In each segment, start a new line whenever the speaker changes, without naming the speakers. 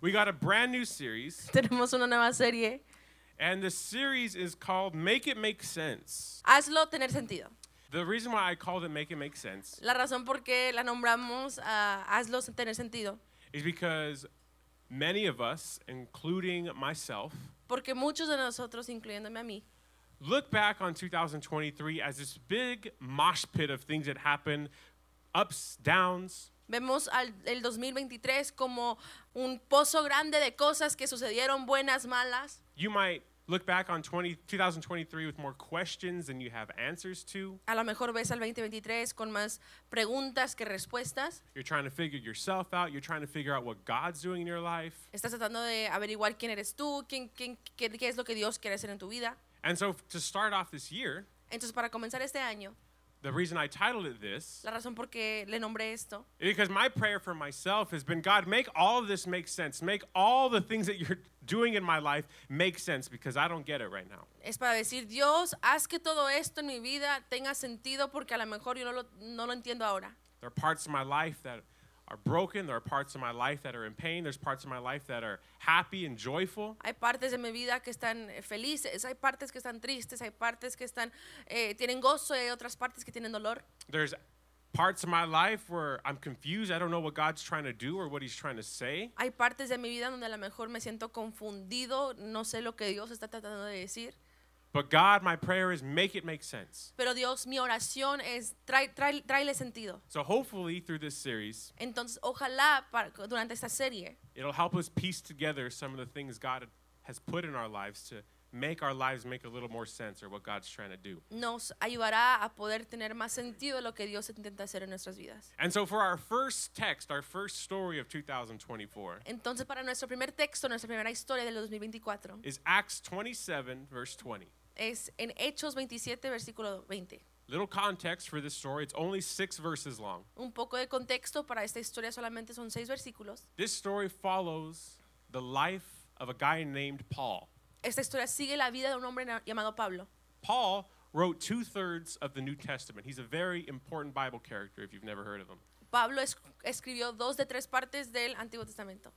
We got a brand new series,
Tenemos una nueva serie.
and the series is called Make It Make Sense.
Hazlo tener sentido.
The reason why I called it Make It Make Sense
La razón por qué la nombramos ah, Hazlo tener sentido,
is because many of us, including myself,
porque muchos de nosotros, incluyéndome a mí,
look back on 2023 as this big mosh pit of things that happened, ups, downs,
vemos al, el 2023 como un pozo grande de cosas que sucedieron, buenas, malas.
you might look back on 20, 2023 with more questions than you have answers to.
A lo mejor ves al 2023 con más preguntas que respuestas.
You're trying to figure yourself out. You're trying to figure out what God's doing in your life.
Estás tratando de averiguar quién eres tú, quién, quién, qué, qué es lo que Dios quiere hacer en tu vida.
And so, to start off this year,
Entonces, para comenzar este año,
the reason I titled it this
la razón por qué le nombré esto
is because my prayer for myself has been God, make all of this make sense. Make all the things that you're doing in my life make sense because I don't get it right now.
es para decir, Dios, haz que todo esto en mi vida tenga sentido porque a lo mejor yo no lo, no lo entiendo ahora.
There are parts of my life that are broken. There are parts of my life that are in pain. There's parts of my life that are happy and joyful.
Hay partes de mi vida que están eh, felices, hay partes que están tristes, hay partes que están, eh, tienen gozo y hay otras partes que tienen dolor.
There's parts of my life where I'm confused. I don't know what God's trying to do or what He's trying to say.
Hay partes de mi vida donde a lo mejor me siento confundido, no sé lo que Dios está tratando de decir.
But God, my prayer is make it make sense.
Pero Dios, mi oración es, trae, trae- tráele sentido.
So hopefully through this series,
Entonces, ojalá para- durante esta serie
it'll help us piece together some of the things God has put in our lives to make our lives make a little more sense or what God's trying to do.
nos ayudará a poder tener más sentido de lo que Dios intenta hacer en nuestras vidas.
And so for our first text, our first story of 2024
Entonces, para nuestro primer texto, nuestra primera historia del 2024,
is Acts 27 verse 20.
es en Hechos 27, versículo 20.
Little context for this story. It's only six verses long.
Un poco de contexto para esta historia, solamente son seis versículos.
This story follows the life of a guy named Paul.
Esta historia sigue la vida de un hombre na- llamado Pablo.
Paul wrote two thirds of the New Testament. He's a very important Bible character if you've never heard of him.
Pablo es- escribió dos de tres partes del Antiguo Testamento.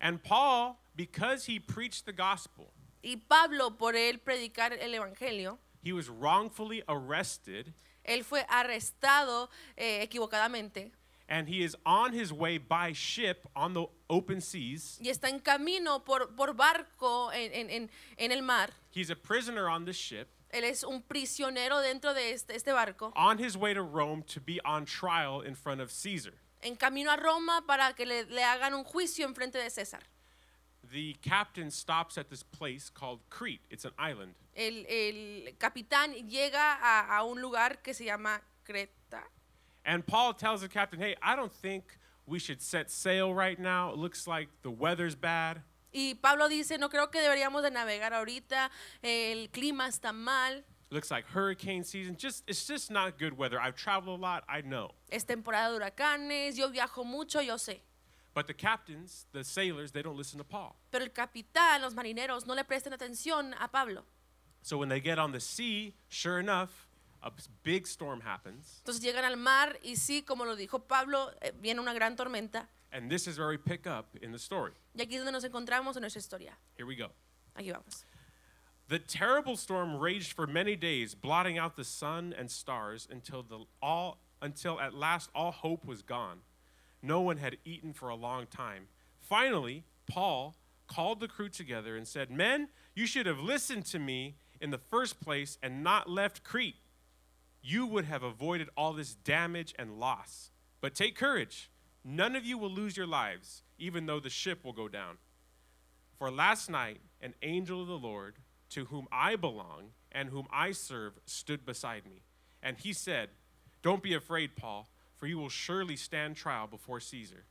And Paul, because he preached the gospel,
Y Pablo, por él predicar el Evangelio,
he was wrongfully arrested
él fue arrestado eh, equivocadamente
and he is on his way by ship on the open seas.
y está en camino por, por barco en- en- en- en el mar.
He's a prisoner on this ship,
Él es un prisionero dentro de este, este barco,
on his way to Rome to be on trial in front of Caesar.
en camino a Roma para que le, le hagan un juicio en frente de César.
The captain stops at this place called Crete. It's an island.
El, el capitán llega a, a un lugar que se llama Creta
And Paul tells the captain, hey, I don't think we should set sail right now. It looks like the weather's bad.
y Pablo dice, no creo que deberíamos de navegar ahorita, el clima está mal,
looks like hurricane season. Just it's just not good weather. I've traveled a lot, I know.
es temporada de huracanes, yo viajo mucho, yo sé.
But the captains, the sailors, they don't listen to Paul.
Pero el capitán, los marineros, no le prestan atención a Pablo.
So when they get on the sea, sure enough, a s- big storm happens.
Entonces llegan al mar y sí, como lo dijo Pablo, eh, viene una gran tormenta.
And this is where we pick up in the story.
Y aquí es donde nos encontramos en nuestra historia.
Here we go.
Aquí vamos.
The terrible storm raged for many days, blotting out the sun and stars until the all until at last all hope was gone. No one had eaten for a long time. Finally, Paul called the crew together and said, "Men, you should have listened to me in the first place and not left Crete. You would have avoided all this damage and loss. But take courage. None of you will lose your lives, even though the ship will go down." For last night, an angel of the Lord, to whom I belong and whom I serve, stood beside me. And he said, Don't be afraid, Paul, for you will surely stand trial before Caesar.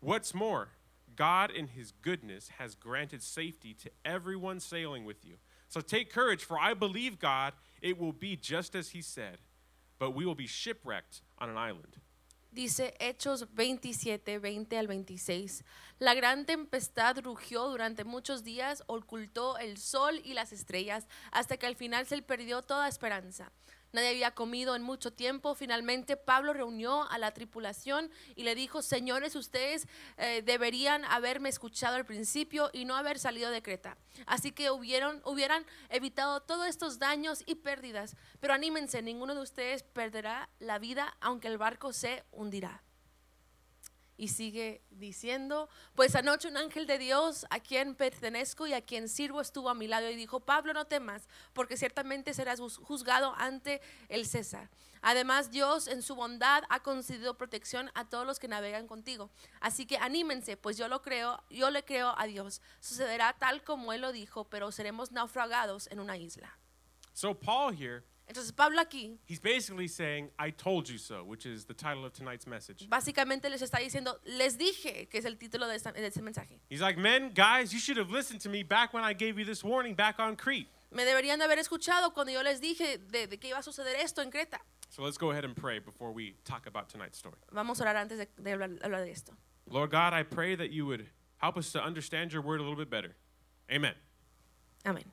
What's more, God in his goodness has granted safety to everyone sailing with you. So take courage, for I believe God, it will be just as he said, but we will be shipwrecked on an island.
Dice Hechos 27, 20 al 26. La gran tempestad rugió durante muchos días, ocultó el sol y las estrellas, hasta que al final se perdió toda esperanza. Nadie había comido en mucho tiempo. Finalmente Pablo reunió a la tripulación y le dijo, señores, ustedes eh, deberían haberme escuchado al principio y no haber salido de Creta. Así que hubieron, hubieran evitado todos estos daños y pérdidas. Pero anímense, ninguno de ustedes perderá la vida aunque el barco se hundirá. Y sigue diciendo, pues anoche un ángel de Dios a quien pertenezco y a quien sirvo estuvo a mi lado y dijo, Pablo, no temas, porque ciertamente serás juz- juzgado ante el César. Además, Dios en su bondad ha concedido protección a todos los que navegan contigo. Así que anímense, pues yo lo creo, yo le creo a Dios. Sucederá tal como él lo dijo, pero seremos naufragados en una isla.
So, Paul here,
Entonces Pablo aquí
he's basically saying, I told you so, which is the title of tonight's message.
básicamente les está diciendo, les dije, que es el título de, esta- de este mensaje.
He's like, Men, guys, you should have listened to me back when I gave you this warning back on Crete.
Me deberían de haber escuchado cuando yo les dije de, de que iba a suceder esto en Creta.
So, let's go ahead and pray before we talk about tonight's story.
Vamos a orar antes de, de hablar, hablar de esto.
Lord God, I pray that you would help us to understand your word a little bit better. Amen.
Amén.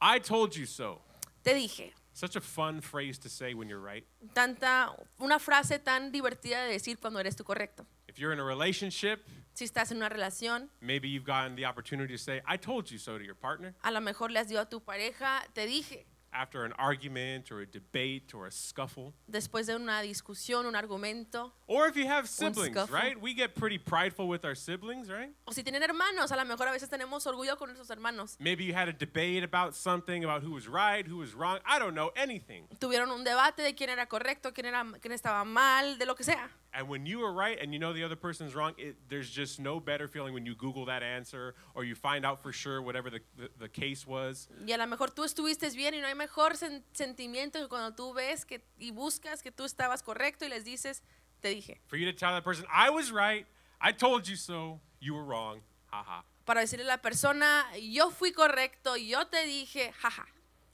I told you so.
Te dije,
Such a fun phrase to say when you're right.
tanta, una frase tan divertida de decir cuando eres tú correcto.
If you're in a relationship,
Si estás en una relación,
maybe you've gotten the opportunity to say, I told you so to your partner
a lo mejor le has dicho a tu pareja, te dije,
after an argument or a debate or a scuffle.
después de una discusión, un argumento.
Or if you have siblings,
scuffle.
right? We get pretty prideful with our siblings, right?
O si tienen hermanos, a lo mejor a veces tenemos orgullo con nuestros hermanos.
Maybe you had a debate about something, about who was right, who was wrong. I don't know, anything.
Tuvieron un debate de quién era correcto, quién, era, quién estaba mal, de lo que sea.
And when you are right and you know the other person's wrong, it, there's just no better feeling when you Google that answer or you find out for sure whatever the, the, the case was.
Y a lo mejor tú estuviste bien y no hay mejor sen- sentimiento que cuando tú ves que, y buscas que tú estabas correcto y les dices, te dije,
For you to tell that person, I was right, I told you so, you were wrong, haha.
para decirle a la persona, yo fui correcto, yo te dije, jaja.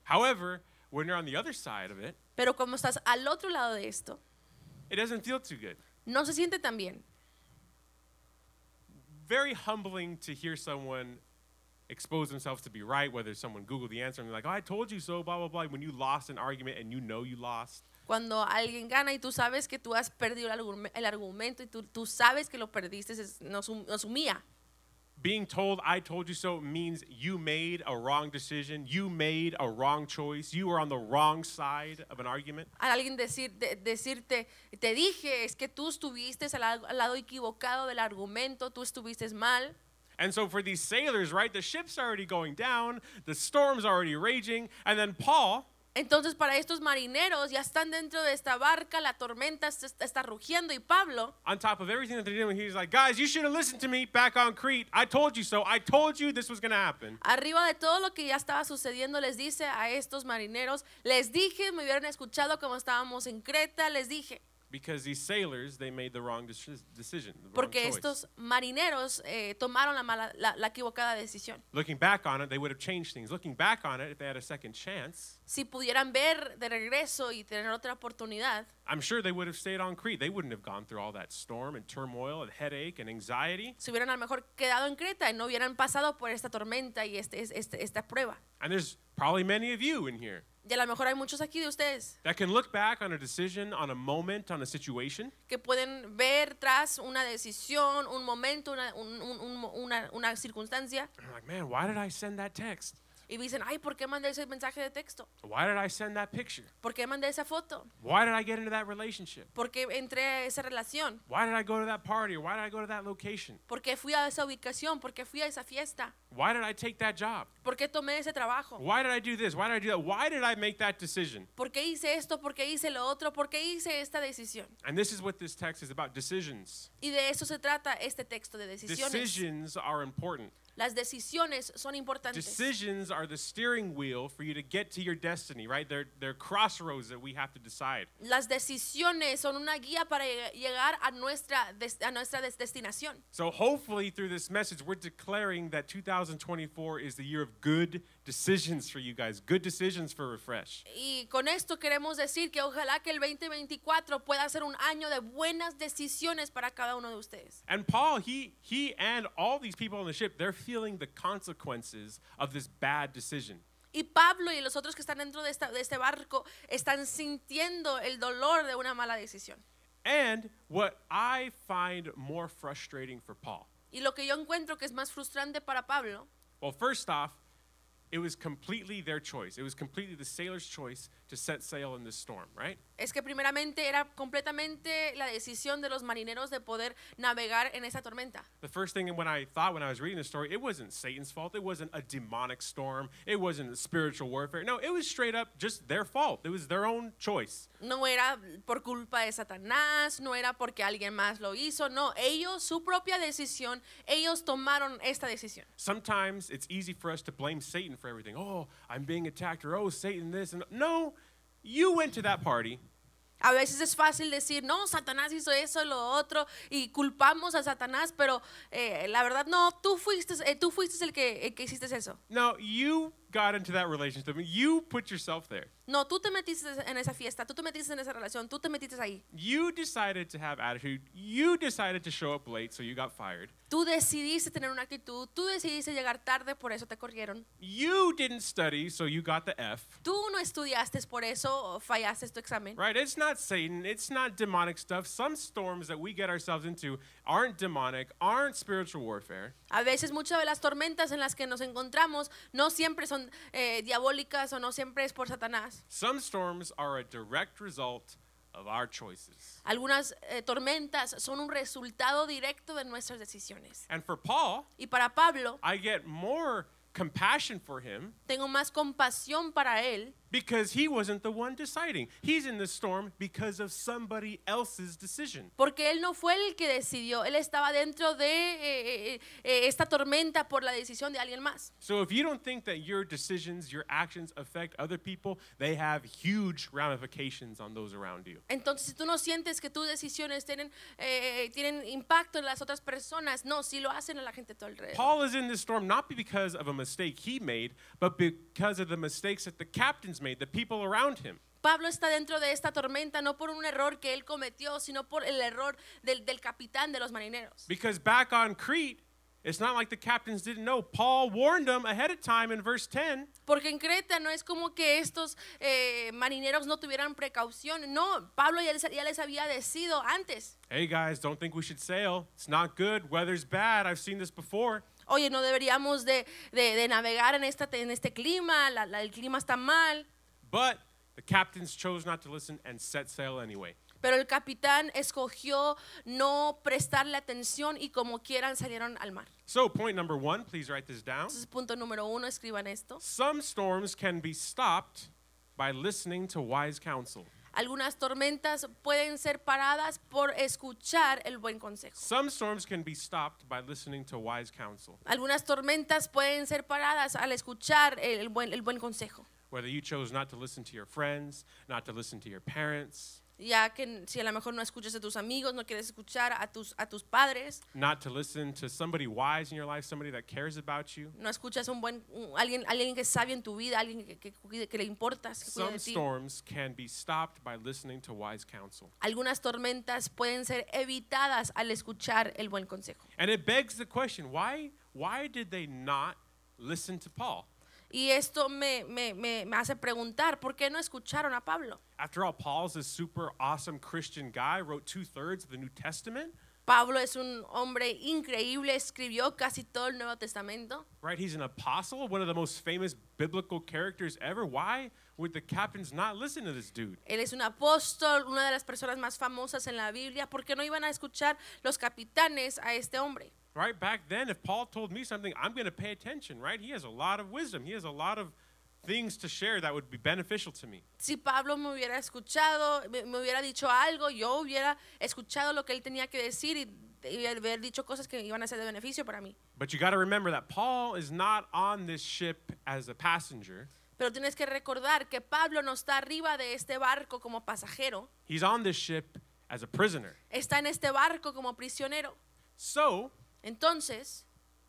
However, when you're on the other side of it,
Pero como estás al otro lado de esto,
it doesn't feel too good.
no se siente tan bien.
Very humbling to hear someone expose themselves to be right, whether someone Googled the answer and they're like, oh, I told you so, blah, blah, blah. When you lost an argument and you know you lost,
Cuando alguien gana y tú sabes que tú has perdido el, argum- el argumento y tú, tú sabes que lo perdiste, es- nos, hum- nos humilla.
being told I told you so means you made a wrong decision, you made a wrong choice, you were on the wrong side of an argument.
A alguien decir, de- decirte, te dije, es que tú estuviste al, al- al lado equivocado del argumento, tú estuviste mal.
And so for these sailors, right, the ship's already going down, the storm's already raging, and then Paul,
Entonces para estos marineros ya están dentro de esta barca, la tormenta se está, está rugiendo y Pablo,
on top of everything that they're doing, he's like, guys, you should have listened to me back on Crete. I told you so. I told you this was gonna happen.
arriba de todo lo que ya estaba sucediendo, les dice a estos marineros, les dije, me hubieran escuchado como estábamos en Creta, les dije,
Because these sailors, they made the wrong deci- decision. The wrong
porque
choice.
estos marineros eh, tomaron la, mala, la, la equivocada decisión.
Looking back on it, they would have changed things. Looking back on it, if they had a second chance,
Si pudieran ver de regreso y tener otra oportunidad,
I'm sure they would have stayed on Crete. They wouldn't have gone through all that storm and turmoil and headache and anxiety.
se hubieran a lo mejor quedado en Creta y no hubieran pasado por esta tormenta y este, este- esta prueba.
And there's probably many of you in here
Y a lo mejor hay muchos aquí de ustedes
that can look back on a decision, on a moment, on a situation,
que pueden ver tras una decisión, un momento, una, un- un- un- una- una circunstancia,
and I'm like, man, why did I send that text?
y dicen, ay, ¿por qué mandé ese mensaje de texto?
Why did I send that picture?
¿Por qué mandé esa foto?
Why did I get into that relationship?
¿Por qué entré a esa relación?
Why did I go to that party? Or why did I go to that location?
¿Por qué fui a esa ubicación? ¿Por qué fui a esa fiesta?
Why did I take that job?
¿Por qué tomé ese trabajo?
Why did I do this? Why did I do that? Why did I make that decision?
¿Por qué hice esto? ¿Por qué hice lo otro? ¿Por qué hice esta decisión?
And this is what this text is about decisions.
Y de eso se trata este texto de decisiones.
Decisions are important.
Las decisiones son importantes.
Decisions are the steering wheel for you to get to your destiny, right? They're, they're crossroads that we have to decide.
Las decisiones son una guía para lleg- llegar a nuestra, des- a nuestra des- destinación.
So, hopefully, through this message, we're declaring that 2024 is the year of good decisions for you guys, good decisions for Refresh.
Y con esto queremos decir que ojalá que el 2024 pueda ser un año de buenas decisiones para cada uno de ustedes.
And Paul, he, he and all these people on the ship, they're feeling the consequences of this bad decision.
Y Pablo y los otros que están dentro de, esta- de este barco están sintiendo el dolor de una mala decisión.
And what I find more frustrating for Paul
Y lo que yo encuentro que es más frustrante para Pablo
well, first off, it was completely their choice. It was completely the sailor's choice to set sail in this storm, right?
es que primeramente era completamente la decisión de los marineros de poder navegar en esa tormenta.
The first thing when I thought when I was reading the story, it wasn't Satan's fault. It wasn't a demonic storm. It wasn't spiritual warfare. No, it was straight up just their fault. It was their own choice.
No era por culpa de Satanás, no era porque alguien más lo hizo, no, ellos, su propia decisión, ellos tomaron esta decisión.
Sometimes it's easy for us to blame Satan for everything. Oh, I'm being attacked, or oh, Satan this. And no, you went to that party.
A veces es fácil decir, no, Satanás hizo eso, lo otro, y culpamos a Satanás, pero eh, la verdad no, tú fuiste, eh, tú fuiste el que, el que hiciste eso.
No, you got into that relationship. You put yourself there.
No, tú te metiste en esa fiesta, tú te metiste en esa relación, tú te metiste ahí.
You decided to have attitude. You decided to show up late, so you got fired.
Tú decidiste tener una actitud, tú decidiste llegar tarde, por eso te corrieron.
You didn't study, so you got the F.
Tú no estudiaste, por eso fallaste tu examen.
Right? It's not Satan. It's not demonic stuff. Some storms that we get ourselves into aren't demonic, aren't spiritual warfare.
A veces muchas de las tormentas en las que nos encontramos no siempre son eh, diabólicas o no siempre es por Satanás.
Some storms are a direct result of our choices.
Algunas eh, tormentas son un resultado directo de nuestras decisiones.
And for Paul,
Y para Pablo,
I get more compassion for him
tengo más compasión para él,
because he wasn't the one deciding. He's in this storm because of somebody else's decision.
porque él no fue el que decidió, él estaba dentro de eh, eh, eh, esta tormenta por la decisión de alguien más.
So if you don't think that your decisions, your actions affect other people, they have huge ramifications on those around you.
Entonces, si tú no sientes que tus decisiones tienen, eh, tienen impacto en las otras personas, no, si lo hacen a la gente a tu alrededor.
Paul is in this storm not because of a mistake he made, but because of the mistakes that the captains made, the people around him.
Pablo está dentro de esta tormenta no por un error que él cometió, sino por el error del, del capitán de los marineros.
Because back on Crete, it's not like the captains didn't know. Paul warned them ahead of time in verse 10.
Porque en Creta no es como que estos eh, marineros no tuvieran precaución. No, Pablo ya les, ya les había decidido antes.
Hey guys, don't think we should sail. It's not good. Weather's bad. I've seen this before.
Oye, no deberíamos de, de- de navegar en, esta, en este clima, la- la- el clima está mal.
But the captains chose not to listen and set sail anyway.
Pero el capitán escogió no prestarle atención y como quieran salieron al mar.
So, point number one, please write this down.
Entonces, punto número uno, escriban esto.
Some storms can be stopped by listening to wise counsel.
Algunas tormentas pueden ser paradas por escuchar el buen consejo.
Some storms can be stopped by listening to wise counsel.
Algunas tormentas pueden ser paradas al escuchar el, el buen, el buen consejo.
Whether you chose not to listen to your friends, not to listen to your parents,
Ya que n- si a lo mejor no escuchas a tus amigos, no quieres escuchar a tus, a tus padres,
not to listen to somebody wise in your life, somebody that cares about you.
no escuchas a un buen, un- alguien, alguien que es sabio en tu vida, alguien que, que cuide- que le importas, que cuida
Some
de ti.
storms can be stopped by listening to wise counsel.
Algunas tormentas pueden ser evitadas al escuchar el buen consejo.
And it begs the question why, why did they not listen to Paul?
Y esto me, me- me- me hace preguntar, ¿por qué no escucharon a Pablo?
After all, Paul's a super awesome Christian guy, wrote two thirds of the New Testament,
Pablo es un hombre increíble, escribió casi todo el Nuevo Testamento.
right? He's an apostle, one of the most famous biblical characters ever. Why would the captains not listen to this dude?
Él es un apóstol, una de las personas más famosas en la Biblia. ¿Por qué no iban a escuchar los capitanes a este hombre?
Right? Back then, if Paul told me something, I'm going to pay attention, right? He has a lot of wisdom, he has a lot of things to share that would be beneficial to me.
Si Pablo me hubiera escuchado, me, me hubiera dicho algo, yo hubiera escuchado lo que él tenía que decir y, y haber dicho cosas que iban a ser de beneficio para mí.
But you got to remember that Paul is not on this ship as a passenger.
Pero tienes que recordar que Pablo no está arriba de este barco como pasajero,
He's on this ship as a prisoner.
está en este barco como prisionero.
So,
Entonces,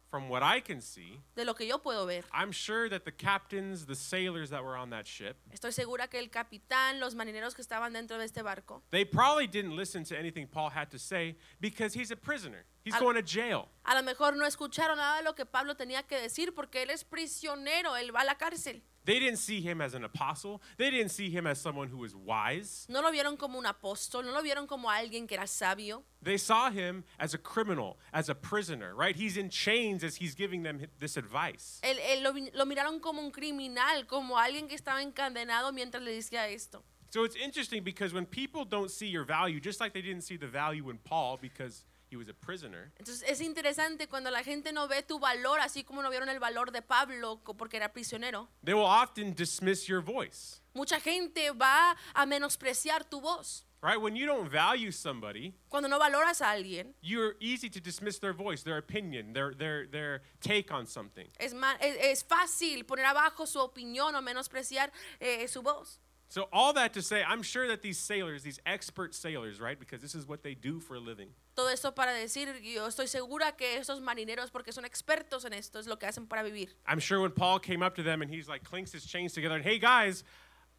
from what I can see,
de lo que yo puedo ver,
I'm sure that the captains, the sailors that were on that ship,
estoy segura que el capitán, los marineros que estaban dentro de este barco,
they probably didn't listen to anything Paul had to say because he's a prisoner. He's
Al-
going to jail.
A lo mejor no escucharon nada de lo que Pablo tenía que decir porque él es prisionero, él va a la cárcel.
They didn't see him as an apostle. They didn't see him as someone who was wise.
No lo vieron como un apóstol, no lo vieron como alguien que era sabio.
They saw him as a criminal, as a prisoner, right? He's in chains as he's giving them this advice.
Él, él lo, vi- lo miraron como un criminal, como alguien que estaba encadenado mientras le decía esto.
So it's interesting because when people don't see your value, just like they didn't see the value in Paul because he was a prisoner,
Entonces es interesante cuando la gente no ve tu valor, así como no vieron el valor de Pablo co- porque era prisionero.
they will often dismiss your voice,
Mucha gente va a menospreciar tu voz.
right? When you don't value somebody,
Cuando no valoras a alguien,
you're easy to dismiss their voice, their opinion, their, their, their take on something.
es, ma- es, es fácil poner abajo su opinión o menospreciar eh, su voz.
So, all that to say, I'm sure that these sailors, these expert sailors, right, because this is what they do for a living,
Todo esto para decir, yo estoy segura que estos marineros, porque son expertos en esto, es lo que hacen para vivir.
I'm sure when Paul came up to them and he's like clinks his chains together and hey guys,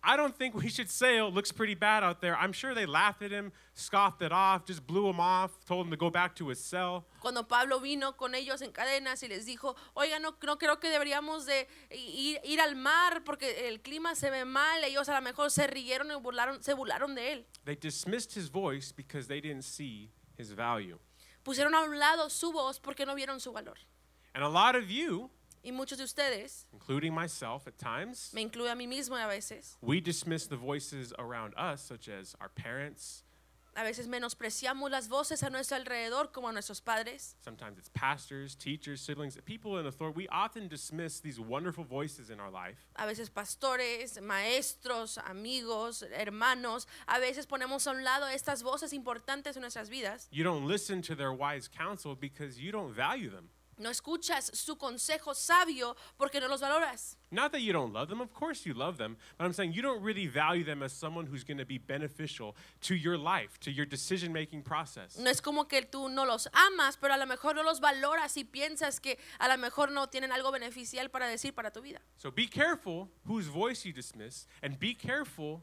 I don't think we should sail. Looks pretty bad out there. I'm sure they laughed at him, scoffed it off, just blew him off, told him to go back to his cell.
Cuando Pablo vino con ellos en cadenas y les dijo, oiga, no, no creo que deberíamos de ir, ir al mar porque el clima se ve mal, ellos a lo mejor se rieron y burlaron, se burlaron de él.
They dismissed his voice because they didn't see his value.
Pusieron a un lado su voz porque no vieron su valor.
And a lot of you,
Y muchos de ustedes,
including myself at times,
me incluyo a mí mismo a veces,
we dismiss the voices around us, such as our parents,
a veces menospreciamos las voces a nuestro alrededor como a nuestros padres.
sometimes it's pastors, teachers, siblings, people in authority. We often dismiss these wonderful voices in our life
a veces pastores, maestros, amigos, hermanos, a veces ponemos a un lado estas voces importantes en nuestras vidas.
You don't listen to their wise counsel because you don't value them.
No escuchas su consejo sabio porque no los valoras.
Not that you don't love them, of course you love them, but I'm saying you don't really value them as someone who's going to be beneficial to your life, to your decision making process.
No es como que tú no los amas, pero a lo mejor no los valoras y piensas que a lo mejor no tienen algo beneficial para decir para tu vida.
So be careful whose voice you dismiss, and be careful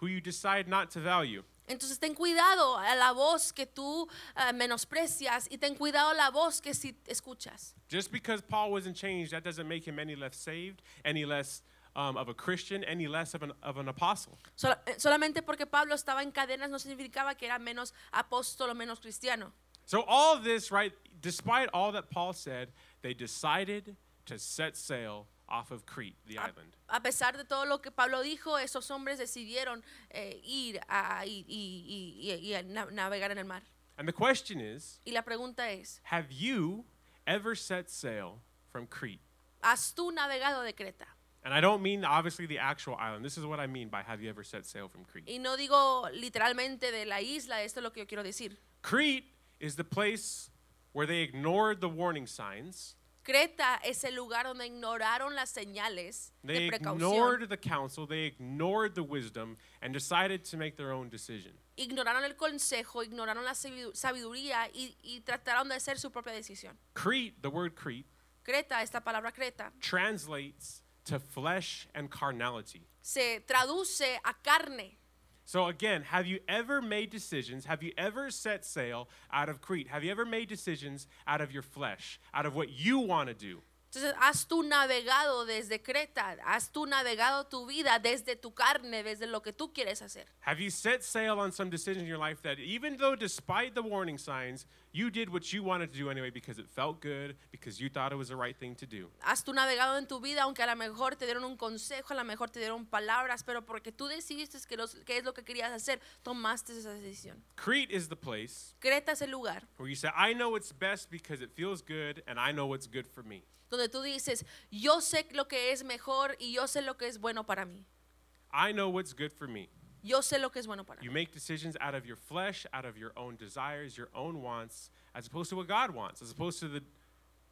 who you decide not to value.
Entonces ten cuidado a la voz que tú eh, menosprecias y ten cuidado a la voz que sí escuchas.
Just because Paul wasn't changed, that doesn't make him any less saved, any less um, of a Christian, any less of an, of an apostle.
Sola- eh, solamente porque Pablo estaba en cadenas no significaba que era menos apóstol o menos cristiano.
So all this, right, despite all that Paul said, they decided to set sail off of Crete, the island.
A pesar de todo lo que Pablo dijo, esos hombres decidieron eh, ir a, y, y- y- y- y a na- navegar en el mar.
And the question is,
Y la pregunta es,
have you ever set sail from Crete?
¿has tú navegado de Creta?
And I don't mean obviously the actual island. This is what I mean by have you ever set sail from Crete?
Y no digo literalmente de la isla, esto es lo que yo quiero decir.
Crete is the place where they ignored the warning signs.
Creta es el lugar donde ignoraron las señales
They
de precaución,
ignored the counsel, they ignored the wisdom, and decided to make their own decision.
ignoraron el consejo, ignoraron la sabidu- sabiduría y, y trataron de hacer su propia decisión.
Crete, the word Crete,
Creta, esta palabra Creta,
translates to flesh and carnality.
se traduce a carne.
So again, have you ever made decisions? Have you ever set sail out of Crete? Have you ever made decisions out of your flesh, out of what you want to do?
Entonces, has tú navegado desde Creta, has tú navegado tu vida desde tu carne, desde lo que tú quieres hacer.
Have you set sail on some decision in your life that even though despite the warning signs, you did what you wanted to do anyway because it felt good, because you thought it was the right thing to do?
Has tú navegado en tu vida, aunque a lo mejor te dieron un consejo, a lo mejor te dieron palabras, pero porque tú decidiste que los- qué es lo que querías hacer, tomaste esa decisión.
Crete is the place
Creta es el lugar
where you say, I know what's best because it feels good and I know what's good for me.
donde tú dices, yo sé lo que es mejor y yo sé lo que es bueno para mí.
I know what's good for me.
Yo sé lo que es bueno para mí.
You make decisions out of your flesh, out of your own desires, your own wants, as opposed to what God wants, as opposed to the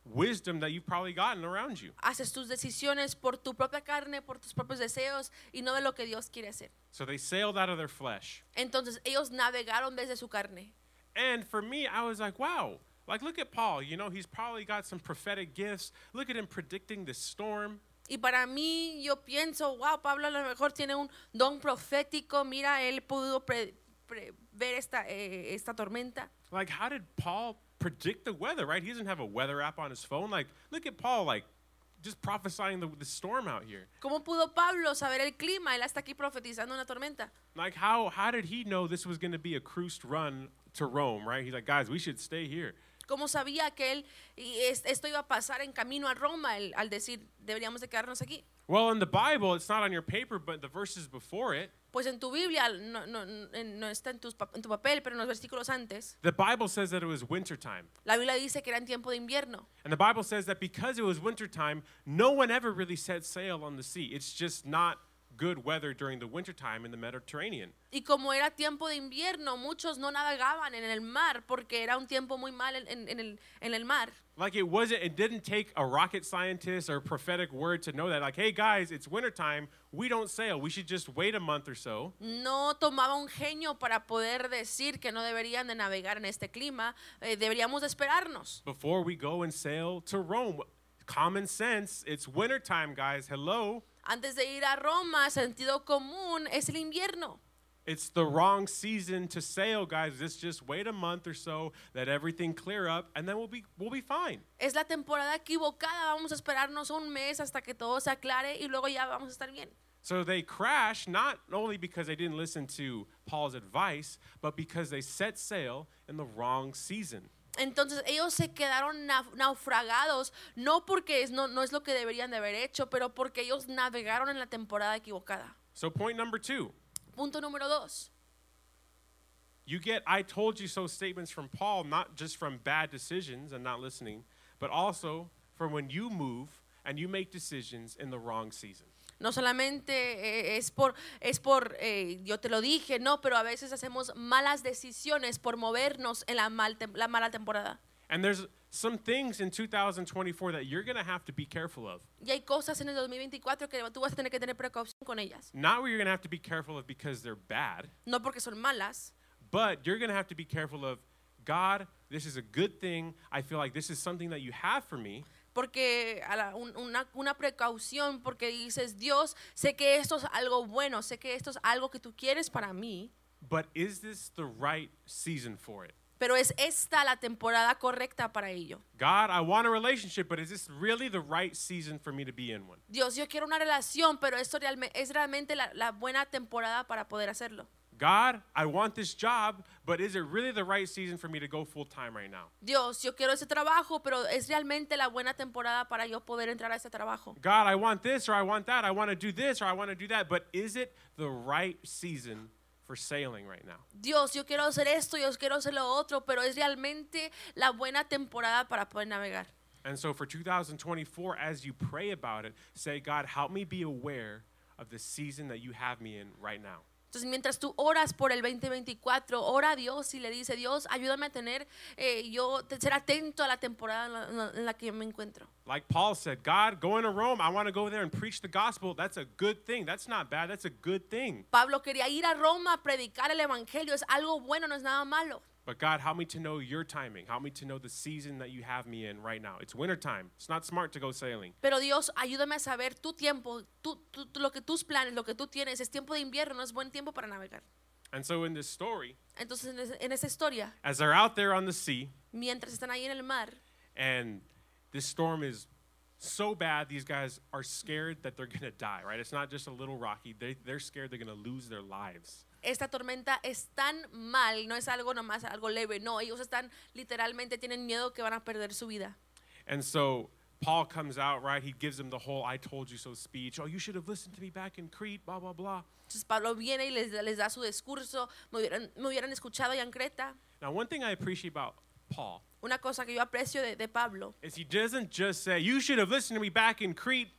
wisdom that you've probably gotten around you.
Haces tus decisiones por tu propia carne, por tus propios deseos y no de lo que Dios quiere hacer.
So they sailed out of their flesh.
Entonces ellos navegaron desde su carne.
And for me, I was like, wow. Like, look at Paul. You know, he's probably got some prophetic gifts. Look at him predicting this storm.
Y para mí yo pienso, wow, Pablo a lo mejor tiene un don profético, mira, él pudo pre- pre- ver esta, eh, esta tormenta.
Like, how did Paul predict the weather, right? He doesn't have a weather app on his phone. Like, look at Paul, like, just prophesying the, the storm out here.
¿Cómo pudo Pablo saber el clima? Él está aquí profetizando una tormenta.
Like, how, how did he know this was going to be a cruised run to Rome, right? He's like, guys, we should stay here.
¿Cómo sabía que él y es- esto iba a pasar en camino a Roma el- al decir deberíamos de quedarnos aquí?
Well, in the Bible, it's not on your paper, but the verses before it,
Pues en tu Biblia no, no- en- no está en, tus pa- en tu papel, pero en los versículos antes,
the Bible says that it was wintertime.
la Biblia dice que era en tiempo de invierno.
And the Bible says that because it was wintertime, no one ever really set sail on the sea. It's just not good weather during the wintertime in the Mediterranean.
Y como era tiempo de invierno, muchos no navegaban en el mar porque era un tiempo muy mal en, en- en el, en el mar.
Like it wasn't it didn't take a rocket scientist or prophetic word to know that like, hey guys, it's wintertime, we don't sail. We should just wait a month or so.
No tomaba un genio para poder decir que no deberían de navegar en este clima, eh, deberíamos de esperarnos.
before we go and sail to Rome. Common sense, it's wintertime, guys. Hello.
Antes de ir a Roma, sentido común es el invierno.
It's the wrong season to sail, guys. Let's just wait a month or so, let everything clear up, and then we'll be we'll be fine.
Es la temporada equivocada, vamos a esperarnos un mes hasta que todo se aclare y luego ya vamos a estar bien.
So they crash not only because they didn't listen to Paul's advice, but because they set sail in the wrong season.
Entonces ellos se quedaron naf- naufragados, no porque es, no, no es lo que deberían de haber hecho, pero porque ellos navegaron en la temporada equivocada.
So point number 2.
Punto número dos.
You get I told you so statements from Paul, not just from bad decisions and not listening, but also from when you move and you make decisions in the wrong season.
No solamente eh, es por, es por eh, yo te lo dije, no, pero a veces hacemos malas decisiones por movernos en la, mal tem- la mala temporada.
And there's some things in 2024 that you're going to have to be careful of.
Y hay cosas en el 2024 que tú vas a tener que tener precaución con ellas.
Not where you're going to have to be careful of because they're bad,
No porque son malas,
but you're going to have to be careful of God, this is a good thing. I feel like this is something that you have for me.
porque a la- un- una, una precaución, porque dices, Dios, sé que esto es algo bueno, sé que esto es algo que tú quieres para mí,
But is this the right season for it?
pero es esta la temporada correcta para ello.
God, I want a relationship, but is this really the right season for me to be in one?
Dios, yo quiero una relación, pero esto realme- es realmente la, la buena temporada para poder hacerlo.
God, I want this job, but is it really the right season for me to go full time right now?
Dios, yo quiero ese trabajo, pero es realmente la buena temporada para yo poder entrar a ese trabajo.
God, I want this or I want that. I want to do this or I want to do that. But is it the right season for sailing right now?
Dios, yo quiero hacer esto, yo quiero hacer lo otro, pero es realmente la buena temporada para poder navegar.
And so for 2024, as you pray about it, say, God, help me be aware of the season that you have me in right now.
Entonces, mientras tú oras por el 2024, ora a Dios y le dice, Dios, ayúdame a tener, eh, yo te- ser atento a la temporada en la- en la, en la que yo me encuentro.
Like Paul said, God, going to Rome, I want to go there and preach the gospel. That's a good thing. That's not bad. That's a good thing.
Pablo quería ir a Roma a predicar el Evangelio, es algo bueno, no es nada malo.
But God, help me to know your timing. Help me to know the season that you have me in right now. It's wintertime. It's not smart to go sailing.
Pero Dios, ayúdame a saber tu tiempo, tu, tu- tu- lo que tus planes, lo que tú tienes, es tiempo de invierno, no es buen tiempo para navegar.
And so in this story,
Entonces, en, ese- en esa historia,
as they're out there on the sea,
mientras están ahí en el mar,
and this storm is so bad these guys are scared that they're gonna die right it's not just a little rocky they, they're scared they're gonna lose their lives
esta tormenta es tan mal, no es algo nomás, algo leve, no, ellos están literalmente, tienen miedo que van a perder su vida.
and so paul comes out right he gives them the whole i told you so speech oh you should have listened to me back in crete blah blah blah
Entonces Pablo viene y les, les da su discurso, me hubieran, me hubieran escuchado ya en Creta.
now one thing i appreciate about paul
Una cosa que yo aprecio de, de Pablo
is he doesn't just say you should have listened to me back in crete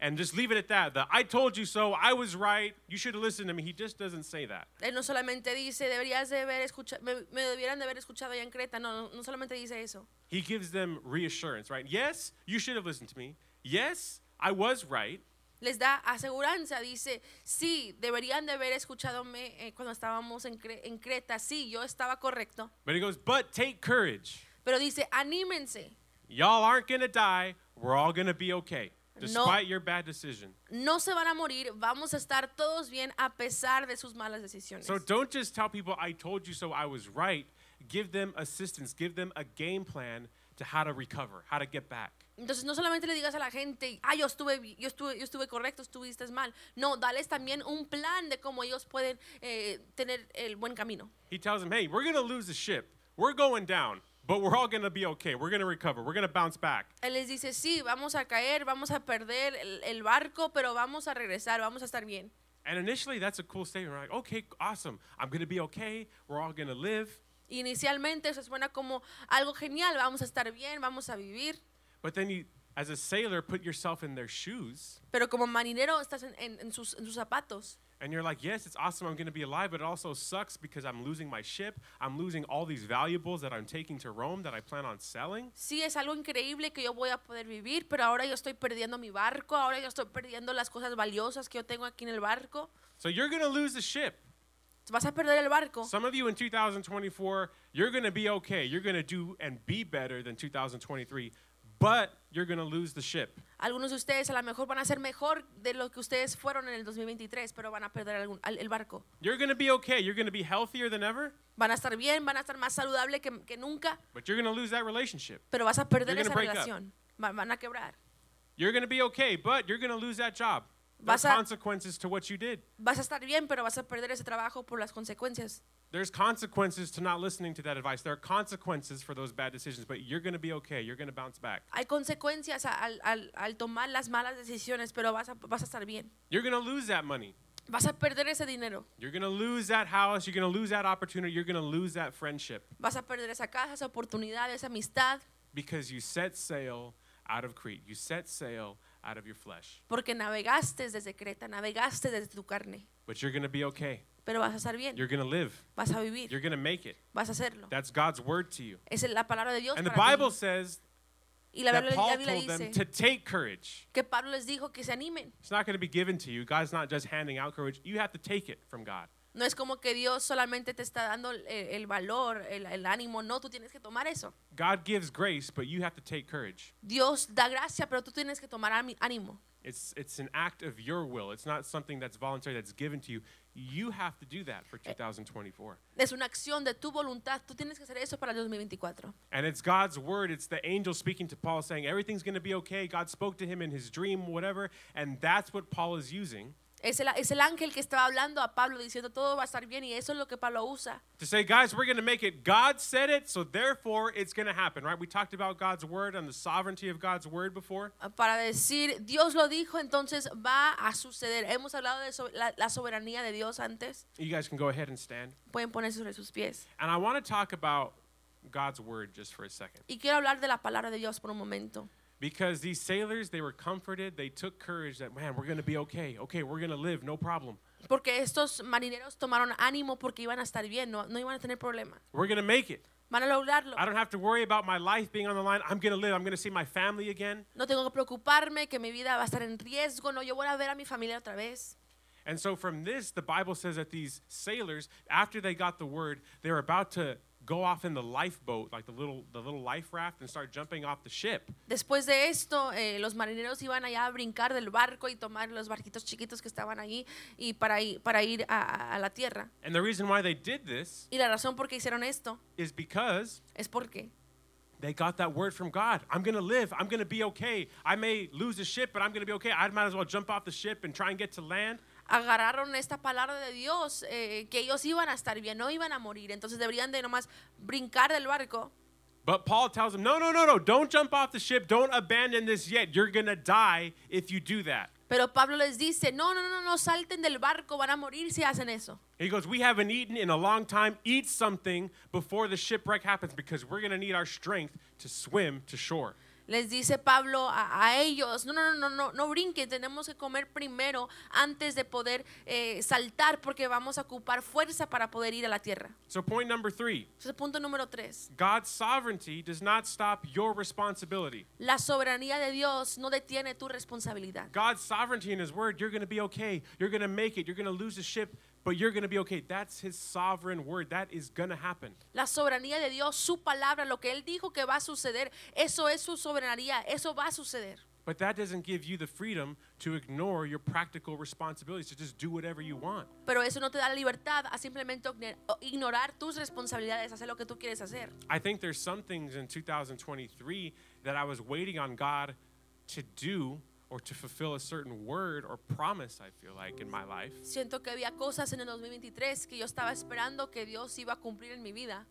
and just leave it at that the i told you so i was right you should have listened to me he just doesn't say that
Él no solamente dice, deberías de haber escuchado, me, me debieran de haber escuchado ya en Creta. No, no, no solamente dice eso.
He gives them reassurance, right? Yes, you should have listened to me. Yes, I was right.
Les da aseguranza, dice, sí, deberían de haber escuchadome eh, cuando estábamos en, Cre- en Creta. Sí, yo estaba correcto.
But he goes, but take courage.
Pero dice, anímense,
Y'all aren't going to die. We're all going to be okay,
No.
despite your bad decision.
no se van a morir, vamos a estar todos bien a pesar de sus malas decisiones.
So don't just tell people, I told you so, I was right. Give them assistance, give them a game plan to to how to recover, how to get back.
Entonces no solamente le digas a la gente, ah, yo estuve, bi- yo estuve, yo estuve correcto, estuviste mal. No, dales también un plan de cómo ellos pueden eh, tener el buen camino.
He tells him, hey, we're going to lose the ship. We're going down, but we're all going to be okay. We're going to recover. We're going to bounce back.
Él les dice, sí, vamos a caer, vamos a perder el, el barco, pero vamos a regresar, vamos a estar bien.
And initially, that's a cool statement. We're like, okay, awesome. I'm going to be okay. We're all going to live.
Inicialmente eso suena como algo genial, vamos a estar bien, vamos a vivir.
But then you, as a sailor, put yourself in their shoes
Pero como marinero estás en, en- en sus, en sus zapatos.
and you're like, yes, it's awesome. I'm going to be alive, but it also sucks because I'm losing my ship. I'm losing all these valuables that I'm taking to Rome that I plan on selling.
Sí, es algo increíble que yo voy a poder vivir, pero ahora yo estoy perdiendo mi barco, ahora yo estoy perdiendo las cosas valiosas que yo tengo aquí en el barco.
So you're going to lose the ship.
Vas a perder el barco.
Some of you in 2024, you're going to be okay. You're going to do and be better than 2023, but you're going to lose the ship.
Algunos de ustedes a lo mejor van a ser mejor de lo que ustedes fueron en el 2023, pero van a perder algún- al- el barco.
You're going to be okay. You're going to be healthier than ever,
Van a estar bien, van a estar más saludable que, que nunca,
but you're going to lose that relationship.
pero vas a perder
You're
esa
gonna break up.
relación. Va- van a quebrar.
You're going to be okay, but you're going to lose that job. There's
Vas a-
consequences to what you did.
Vas a estar bien, pero vas a perder ese trabajo por las consecuencias.
There's consequences to not listening to that advice. There are consequences for those bad decisions, but you're going to be okay. You're going to bounce back.
Hay consecuencias a- al, al- al tomar las malas decisiones, pero vas a, vas a estar bien.
You're going to lose that money.
Vas a perder ese dinero,
You're going to lose that house. You're going to lose that opportunity. You're going to lose that friendship
vas a perder esa casa, esa oportunidad, esa amistad,
because you set sail out of Crete. You set sail out of your flesh.
porque navegaste desde Creta, navegaste desde tu carne,
But you're going to be okay.
pero vas a estar bien,
You're going to live.
vas a vivir,
You're going to make it.
vas a hacerlo.
That's God's word to you.
Esa es la palabra de Dios.
And the
para ti.
Bible says
y la
that
Biblia,
Paul
la Biblia
told them
dice
to take courage.
que Pablo les dijo que se animen.
It's not going to be given to you. God's not just handing out courage. You have to take it from God.
No es como que Dios solamente te está dando el, el valor, el, el ánimo. No, tú tienes que tomar eso.
God gives grace, but you have to take courage.
Dios da gracia, pero tú tienes que tomar ami- ánimo.
It's it's an act of your will. It's not something that's voluntary that's given to you. You have to do that for
Eh,
2024.
Es una acción de tu voluntad. Tú tienes que hacer eso para el 2024.
And it's God's word. It's the angel speaking to Paul saying everything's going to be okay. God spoke to him in his dream, whatever. And that's what Paul is using
Es el, es el ángel que estaba hablando a Pablo diciendo todo va a estar bien y eso es lo que Pablo usa.
to say, guys, we're going to make it. God said it, so therefore it's going to happen, right? We talked about God's word and the sovereignty of God's word before.
ah, Para decir, Dios lo dijo, entonces va a suceder. Hemos hablado de so- la, la soberanía de Dios antes.
You guys can go ahead and stand.
Pueden ponerse sobre sus pies.
And I want to talk about God's word just for a second.
Y quiero hablar de la palabra de Dios por un momento.
Because these sailors, they were comforted. They took courage that, man, we're going to be okay. Okay, we're going to live, no problem.
Porque estos marineros tomaron ánimo porque iban a estar bien, no, no iban a tener problema.
We're going to make it.
Van a lograrlo.
I don't have to worry about my life being on the line. I'm going to live. I'm going to see my family again.
No tengo que preocuparme que mi vida va a estar en riesgo, no, yo voy a ver a mi familia otra vez.
And so, from this, the Bible says that these sailors, after they got the word, they were about to go off in the lifeboat, like the little, the little life raft, and start jumping off the ship.
Después de esto, eh, los marineros iban allá a brincar del barco y tomar los barquitos chiquitos que estaban allí y para, i- para ir a- a- a la tierra.
And the reason why they did this
Y la razón por qué hicieron esto
is because
es porque
they got that word from God. I'm going to live. I'm going to be okay. I may lose the ship, but I'm going to be okay. I might as well jump off the ship and try and get to land.
agarraron esta palabra de Dios, eh, que ellos iban a estar bien, no iban a morir. Entonces deberían de nomás brincar del barco.
But Paul tells him, no, no, no, no, don't jump off the ship. Don't abandon this yet. You're going to die if you do that.
Pero Pablo les dice, no, no, no, no salten del barco, van a morir si hacen eso.
He goes, We haven't eaten in a long time. Eat something before the shipwreck happens because we're going to need our strength to swim to shore.
Les dice Pablo a, a ellos, no, no, no, no, no, no brinquen, tenemos que comer primero antes de poder eh, saltar porque vamos a ocupar fuerza para poder ir a la tierra.
So, point number three
Entonces, punto número tres,
God's sovereignty does not stop your responsibility.
la soberanía de Dios no detiene tu responsabilidad.
God's sovereignty in His Word, you're going to be okay. You're going to make it. You're going to lose the ship, but you're going to be okay. That's His sovereign word. That is going to happen.
La soberanía de Dios, su palabra, lo que Él dijo que va a suceder, eso es su soberanía, eso va a suceder.
But that doesn't give you the freedom to ignore your practical responsibilities, to just do whatever you want.
Pero eso no te da la libertad a simplemente ogne- o ignorar tus responsabilidades, hacer lo que tú quieres hacer.
I think there's some things in 2023 that I was waiting on God to do or to fulfill a certain word or promise, I feel like, in my life.
Siento que había cosas en el 2023 que yo estaba esperando que Dios iba a cumplir en mi vida.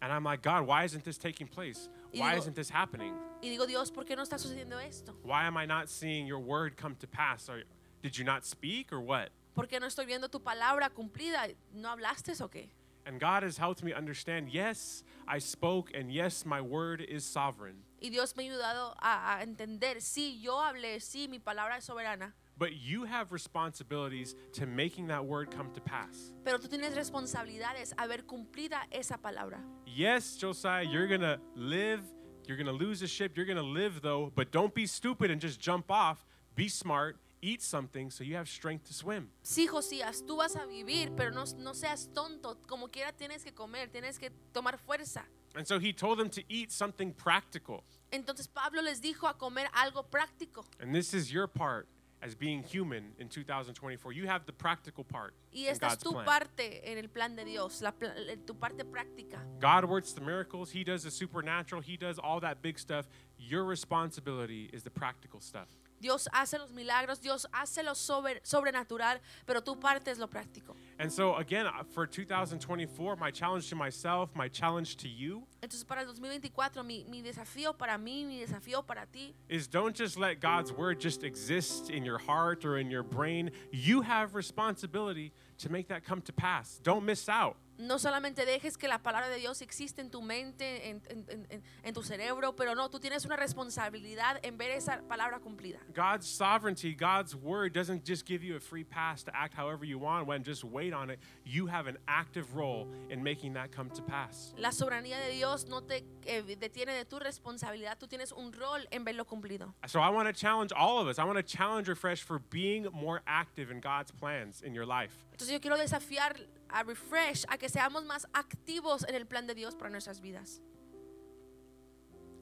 And I'm like, God, why isn't this taking place?
Y
Why
digo-
isn't this happening?
Y digo, Dios, ¿por qué no está sucediendo esto?
Why am I not seeing your word come to pass? Are, did you not speak or what?
¿Por qué no estoy viendo tu palabra cumplida? ¿No hablaste o qué?
And God has helped me understand yes, I spoke, and yes, my word is sovereign.
Y Dios me ha ayudado a, a entender, sí, yo hablé, sí, mi palabra es soberana,
But you have responsibilities to making that word come to pass.
pero tú tienes responsabilidades a ver cumplida esa palabra.
Yes, Josiah, you're going to live, you're going to lose a ship, you're going to live though, but don't be stupid and just jump off. Be smart, eat something so you have strength to swim.
Sí, Josías, tú vas a vivir, pero no, no seas tonto, como quiera tienes que comer, tienes que tomar fuerza.
And so he told them to eat something practical.
Entonces Pablo les dijo a comer algo práctico.
And this is your part as being human in 2024. You have the practical part.
Y
in
esta es
God's
tu
plan.
parte en el plan de Dios, la pla- eh, tu parte práctica.
God works the miracles, He does the supernatural, He does all that big stuff. Your responsibility is the practical stuff.
Dios hace los milagros, Dios hace lo sobre- sobrenatural, pero tu parte es lo práctico.
And so, again, uh, for 2024, my challenge to myself, my challenge to you
Entonces para el 2024 mi, mi desafío para mí, mi desafío para ti,
is don't just let God's word just exist in your heart or in your brain. You have responsibility to make that come to pass. Don't miss out.
no solamente dejes que la palabra de Dios existe en tu mente, en, en- en- en- en tu cerebro, pero no, tú tienes una responsabilidad en ver esa palabra cumplida.
God's sovereignty, God's word doesn't just give you a free pass to act however you want when just wait on it. You have an active role in making that come to pass.
La soberanía de Dios no te eh, detiene de tu responsabilidad, tú tienes un rol en verlo cumplido.
So I want to challenge all of us. I want to challenge Refresh for being more active in God's plans in your life.
Entonces yo quiero desafiar a Refresh a que seamos más activos en el plan de Dios para nuestras vidas.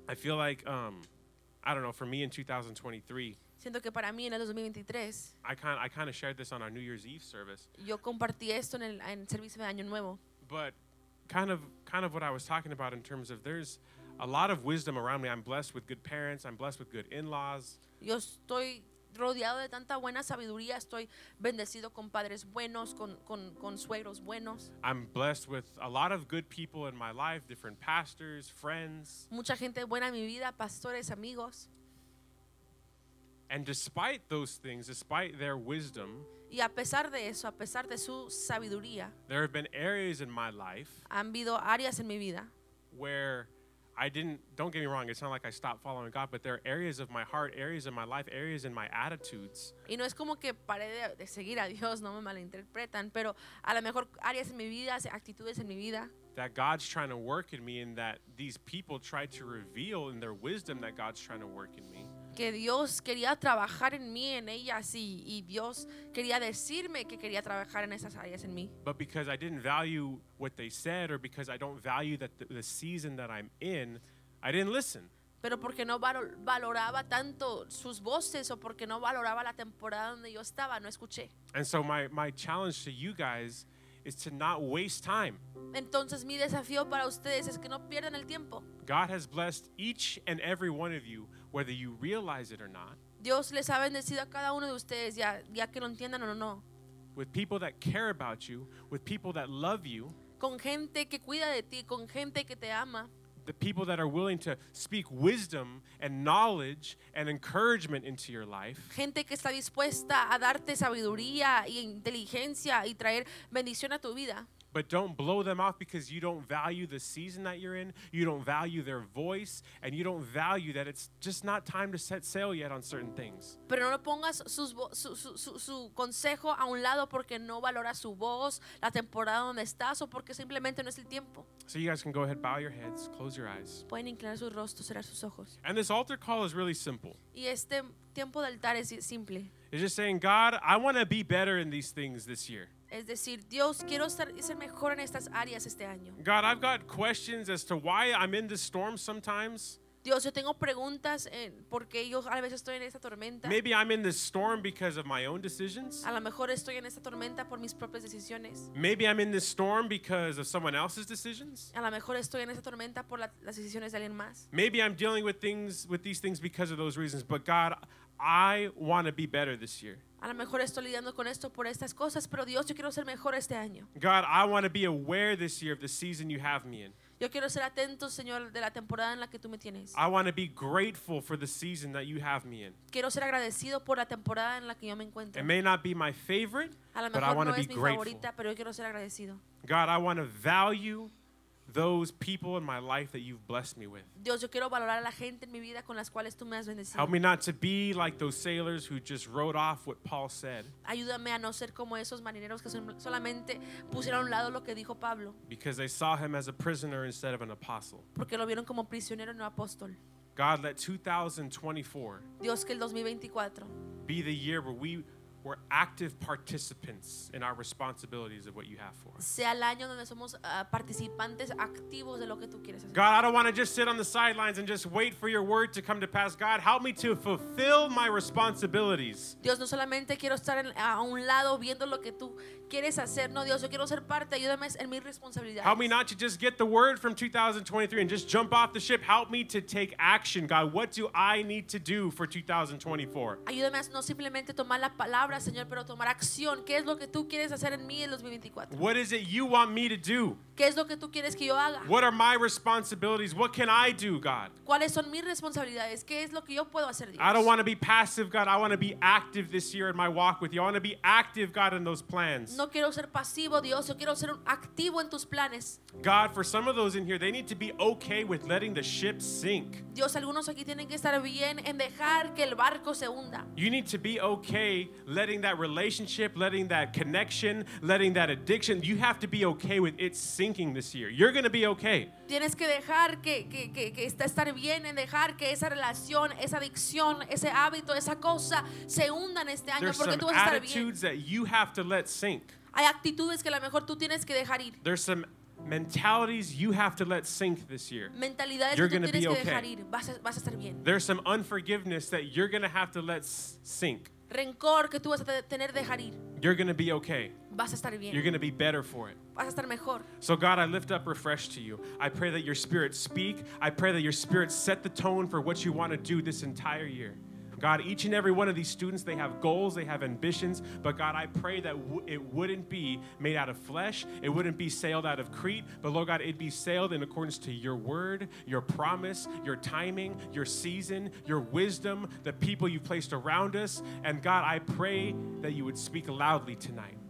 I feel like, um, I don't know, for me in 2023,
Siento que para mí en el 2023
I kind I kind of shared this on our New Year's Eve service,
yo compartí esto en el- en el servicio de Año Nuevo.
but kind of kind of what I was talking about in terms of there's a lot of wisdom around me. I'm blessed with good parents. I'm blessed with good in-laws.
Yo estoy rodeado de tanta buena sabiduría, estoy bendecido con padres buenos, con, con, con suegros buenos,
I'm blessed with a lot of good people in my life, different pastors, friends.
mucha gente buena en mi vida, pastores, amigos.
And despite those things, despite their wisdom,
Y a pesar de eso, a pesar de su sabiduría,
there have been areas in my life
han habido áreas en mi vida
where I didn't, don't get me wrong, it's not like I stopped following God, but there are areas of my heart, areas in my life, areas in my attitudes
y no es como que paré de, de seguir a Dios, no me malinterpretan, pero a lo mejor áreas en mi vida, actitudes en mi vida
that God's trying to work in me and that these people try to reveal in their wisdom that God's trying to work in me.
que Dios quería trabajar en mí, en ellas y, y Dios quería decirme que quería trabajar en esas áreas en mí.
But because I didn't value what they said or because I don't value that the, the season that I'm in, I didn't listen.
pero porque no valo- valoraba tanto sus voces o porque no valoraba la temporada donde yo estaba, no escuché.
And so my, my challenge to you guys is to not waste time.
Entonces mi desafío para ustedes es que no pierdan el tiempo.
God has blessed each and every one of you, whether you realize it or not,
Dios les ha bendecido a cada uno de ustedes, ya, ya que lo entiendan o no,
with people that care about you, with people that love you,
con gente que cuida de ti, con gente que te ama,
the people that are willing to speak wisdom and knowledge and encouragement into your life.
gente que está dispuesta a darte sabiduría e inteligencia y traer bendición a tu vida.
But don't blow them off because you don't value the season that you're in, you don't value their voice, and you don't value that it's just not time to set sail yet on certain things.
Pero no pongas sus vo- su, su- su- su consejo a un lado porque no valora su voz, la temporada donde estás o porque simplemente no es el tiempo.
So you guys can go ahead, bow your heads, close your eyes.
Pueden inclinar sus rostros, cerrar sus ojos.
And this altar call is really simple.
Y este tiempo de altar es simple.
It's just saying, God, I want to be better in these things this year.
Es decir, Dios, quiero ser, ser mejor en estas áreas este año.
God, I've got questions as to why I'm in this storm sometimes.
Dios, yo tengo preguntas eh, porque yo a veces estoy en esta tormenta.
Maybe I'm in this storm because of my own decisions.
A lo mejor estoy en esta tormenta por mis propias decisiones.
Maybe I'm in this storm because of someone else's decisions.
A lo mejor estoy en esta tormenta por la- las decisiones de alguien más.
Maybe I'm dealing with things with these things because of those reasons. But God, I want to be better this year.
A lo mejor estoy lidiando con esto por estas cosas, pero Dios, yo quiero ser mejor este año.
God, I want to be aware this year of the season you have me in.
Yo quiero ser atento, Señor, de la temporada en la que tú me tienes.
I want to be grateful for the season that you have me in.
Quiero ser agradecido por la temporada en la que yo me encuentro.
It may not be my favorite,
A lo
but I
mejor
want
no
to be
es mi
grateful.
favorita, pero yo quiero ser agradecido.
God, I want to value those people in my life that you've blessed me with.
Dios, yo quiero valorar a la gente en mi vida con las cuales tú me has bendecido.
Help me not to be like those sailors who just wrote off what Paul said
Ayúdame a no ser como esos marineros que son- solamente pusieron a un lado lo que dijo Pablo,
because they saw him as a prisoner instead of an apostle.
porque lo vieron como prisionero y no apóstol.
God, let 2024
Dios, que el 2024
be the year where we were active participants in our responsibilities of what you have for us.
sea el año donde somos ah, participantes activos de lo que tú quieres hacer.
God, I don't want to just sit on the sidelines and just wait for your word to come to pass. God, help me to fulfill my responsibilities.
Dios, no solamente quiero estar en- a un lado viendo lo que tú quieres hacer, no, Dios, yo quiero ser parte, ayúdame en mi responsabilidad.
Help me not to just get the word from 2023 and just jump off the ship. Help me to take action, God. What do I need to do for 2024?
Ayúdame a no simplemente tomar la palabra, Señor, pero tomar acción. ¿Qué es lo que tú quieres hacer en mí en los 2024?
What is it you want me to do?
¿Qué es lo que tú quieres que yo haga?
What are my responsibilities? What can I do, God?
¿Cuáles son mis responsabilidades? ¿Qué es lo que yo puedo hacer, Dios?
I don't want to be passive, God. I want to be active this year in my walk with you. I want to be active, God, in those plans.
No quiero ser pasivo, Dios. Yo quiero ser un- activo en tus planes.
God, for some of those in here, they need to be okay with letting the ship sink.
Dios, algunos aquí tienen que estar bien en dejar que el barco se hunda.
You need to be okay letting that relationship, letting that connection, letting that addiction, you have to be okay with it sinking this year. You're going to be okay.
Tienes que dejar que, que, que- que está estar bien en dejar que esa relación, esa adicción, ese hábito, esa cosa se hundan este año
There's
porque
some
tú vas a estar bien.
attitudes that you have to let sink.
Hay actitudes que a lo mejor tú tienes que dejar ir.
There's some mentalities you have to let sink this year.
Mentalidades
You're
que tú
gonna
tienes que
be
dejar
okay.
ir. Vas a, vas a estar bien.
There's some unforgiveness that you're going to have to let s- sink.
Rencor que tú vas a te- tener dejar ir.
You're going to be okay.
Vas a estar
You're
bien.
going to be better for it.
Vas a estar mejor.
So, God, I lift up refresh to you. I pray that your spirit speak. I pray that your spirit set the tone for what you want to do this entire year. God, each and every one of these students, they have goals, they have ambitions, but God, I pray that w- it wouldn't be made out of flesh, it wouldn't be sailed out of Crete, but Lord God, it'd be sailed in accordance to your word, your promise, your timing, your season, your wisdom, the people you've placed around us. And God, I pray that you would speak loudly tonight.